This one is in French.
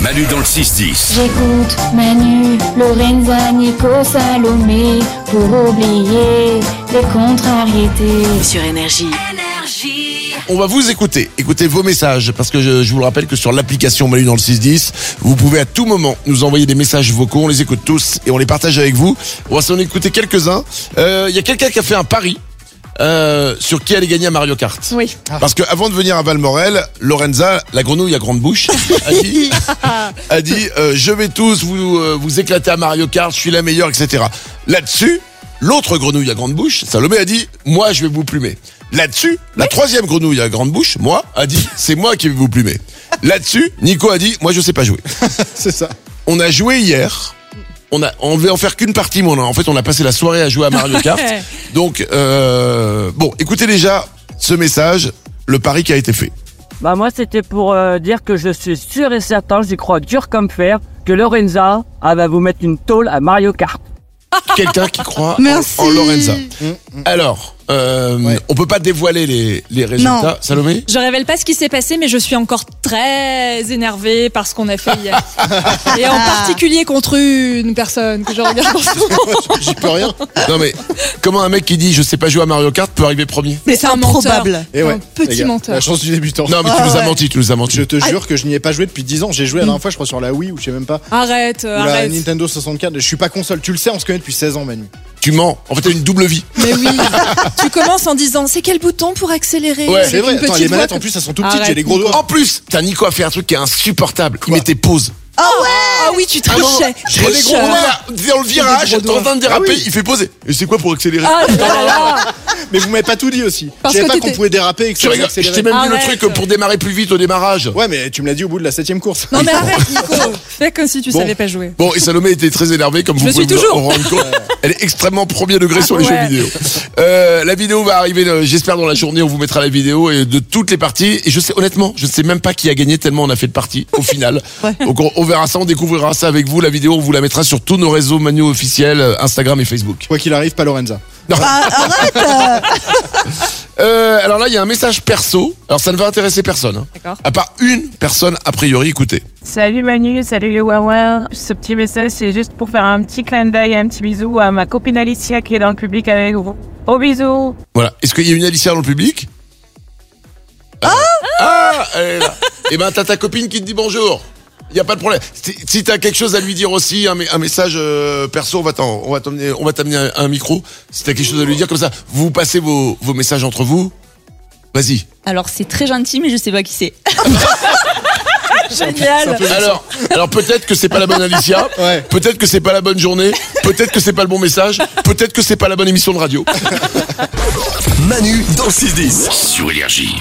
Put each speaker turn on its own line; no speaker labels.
Manu dans le 6-10.
J'écoute Manu, Lorenza, Nico, Salomé pour oublier les contrariétés.
sur énergie.
On va vous écouter, écoutez vos messages, parce que je, je vous le rappelle que sur l'application Manu dans le 610, vous pouvez à tout moment nous envoyer des messages vocaux, on les écoute tous et on les partage avec vous. On va s'en écouter quelques-uns. Euh, Il y a quelqu'un qui a fait un pari euh, sur qui allait gagner à Mario Kart.
Oui.
Ah.
Parce que avant de venir à Valmorel, Lorenza, la grenouille à grande bouche, a dit, a dit euh, je vais tous vous euh, vous éclater à Mario Kart, je suis la meilleure, etc. Là-dessus, l'autre grenouille à grande bouche, Salomé a dit moi je vais vous plumer. Là-dessus, la troisième grenouille à grande bouche, moi, a dit c'est moi qui vais vous plumer. Là-dessus, Nico a dit moi je sais pas jouer.
C'est ça.
On a joué hier. On a, on devait en faire qu'une partie, mais on a- en fait, on a passé la soirée à jouer à Mario Kart. Donc, euh, bon, écoutez déjà ce message, le pari qui a été fait.
Bah moi c'était pour euh, dire que je suis sûr et certain, j'y crois dur comme fer, que Lorenza ah, va vous mettre une tôle à Mario Kart.
Quelqu'un qui croit en-
Merci. Mm,
en Lorenza. Alors, euh, on peut pas dévoiler les, les résultats, Salomé
Je révèle pas ce qui s'est passé, mais je suis encore très énervée par ce qu'on a fait hier. Et en particulier contre une personne que je regarde en ce moment.
J'y peux rien.
Non mais, comment un mec qui dit je sais pas jouer à Mario Kart peut arriver premier
Mais c'est un menteur.
improbable.
Et Eh ouais.
Un petit
les gars,
menteur. Ah.
La chance du débutant.
Non mais tu
Ah
nous as
ouais.
menti, tu nous as menti.
Je te jure que je n'y ai pas joué depuis 10 ans. J'ai joué la dernière fois, je crois, sur la Wii ou je sais même pas.
Arrête, Mm. euh,
Ou la
arrête.
Nintendo 64. Je suis pas console. Tu le sais, on se connaît depuis 16 ans, Manu.
Tu mens. En fait, t'as une double vie.
Mais oui. tu commences en disant c'est quel bouton pour accélérer
Ouais.
Avec
C'est vrai.
une
Attends,
petite
les
voix
manettes,
comme-
en plus, elles sont tout petites.
Arrête,
J'ai les gros doigts.
En plus, t'as Nico a fait un truc qui est insupportable. Il mettait pause.
Ah oui, tu
Ah non,
trichais.
je vois les gros
tricheur.
doigts dans le virage,
gros doigts.
en train de déraper, il fait poser. Et c'est quoi pour accélérer
Ah là là.
Mais vous m'avez pas tout dit aussi. Je
Parce
savais
que
pas qu'on
t'étais-
pouvait déraper et que
Tu
ça
rigoles, je t'ai
accélérait.
même dit le
Arrête.
truc pour démarrer plus vite au démarrage.
Ouais, mais tu me l'as dit au bout de la 7 course.
Non mais arrête Nico, fais comme si tu
Bon.
savais pas jouer.
Bon, et Salomé était très énervée, comme vous
le
pouvez
suis
vous en
toujours.
rendre compte. Elle est extrêmement premier degré sur les
Ouais.
jeux vidéo. Euh, la vidéo va arriver, euh, j'espère, dans la journée. On vous mettra la vidéo et de toutes les parties. Et je sais, honnêtement, je ne sais même pas qui a gagné tellement on a fait de parties au final. Donc on, on verra ça, on découvrira ça avec vous. La vidéo, on vous la mettra sur tous nos réseaux Manu officiels, euh, Instagram et Facebook.
Quoi qu'il arrive, pas Lorenza.
Bah, arrête euh,
Euh, alors là, il y a un message perso. Alors ça ne va intéresser personne. hein.
D'accord.
À part une personne, a priori, écoutez.
Salut Manu, salut les Wawa. Ce petit message, c'est juste pour faire un petit clin d'œil, un petit bisou à ma copine Alicia qui est dans le public avec vous. Au bisous
Voilà. Est-ce qu'il y a une Alicia dans le public Euh, Ah Elle est là. Eh ben, t'as ta copine qui te dit bonjour. Il y a pas de problème. Si- Si t'as quelque chose à lui dire aussi, un, mé- un message euh, perso, on va t'en- on va t'emmener- on va t'amener un, un micro. Si t'as quelque chose à lui dire comme ça, vous passez vos, vos messages entre vous. Vas-y.
Alors c'est très gentil, mais je sais pas qui c'est.
Génial.
Alors, alors peut-être que c'est pas la bonne Alicia.
Ouais.
Peut-être que c'est pas la bonne journée. Peut-être que c'est pas le bon message. Peut-être que c'est pas la bonne émission de radio.
Manu dans le 6-10. Sur Énergie.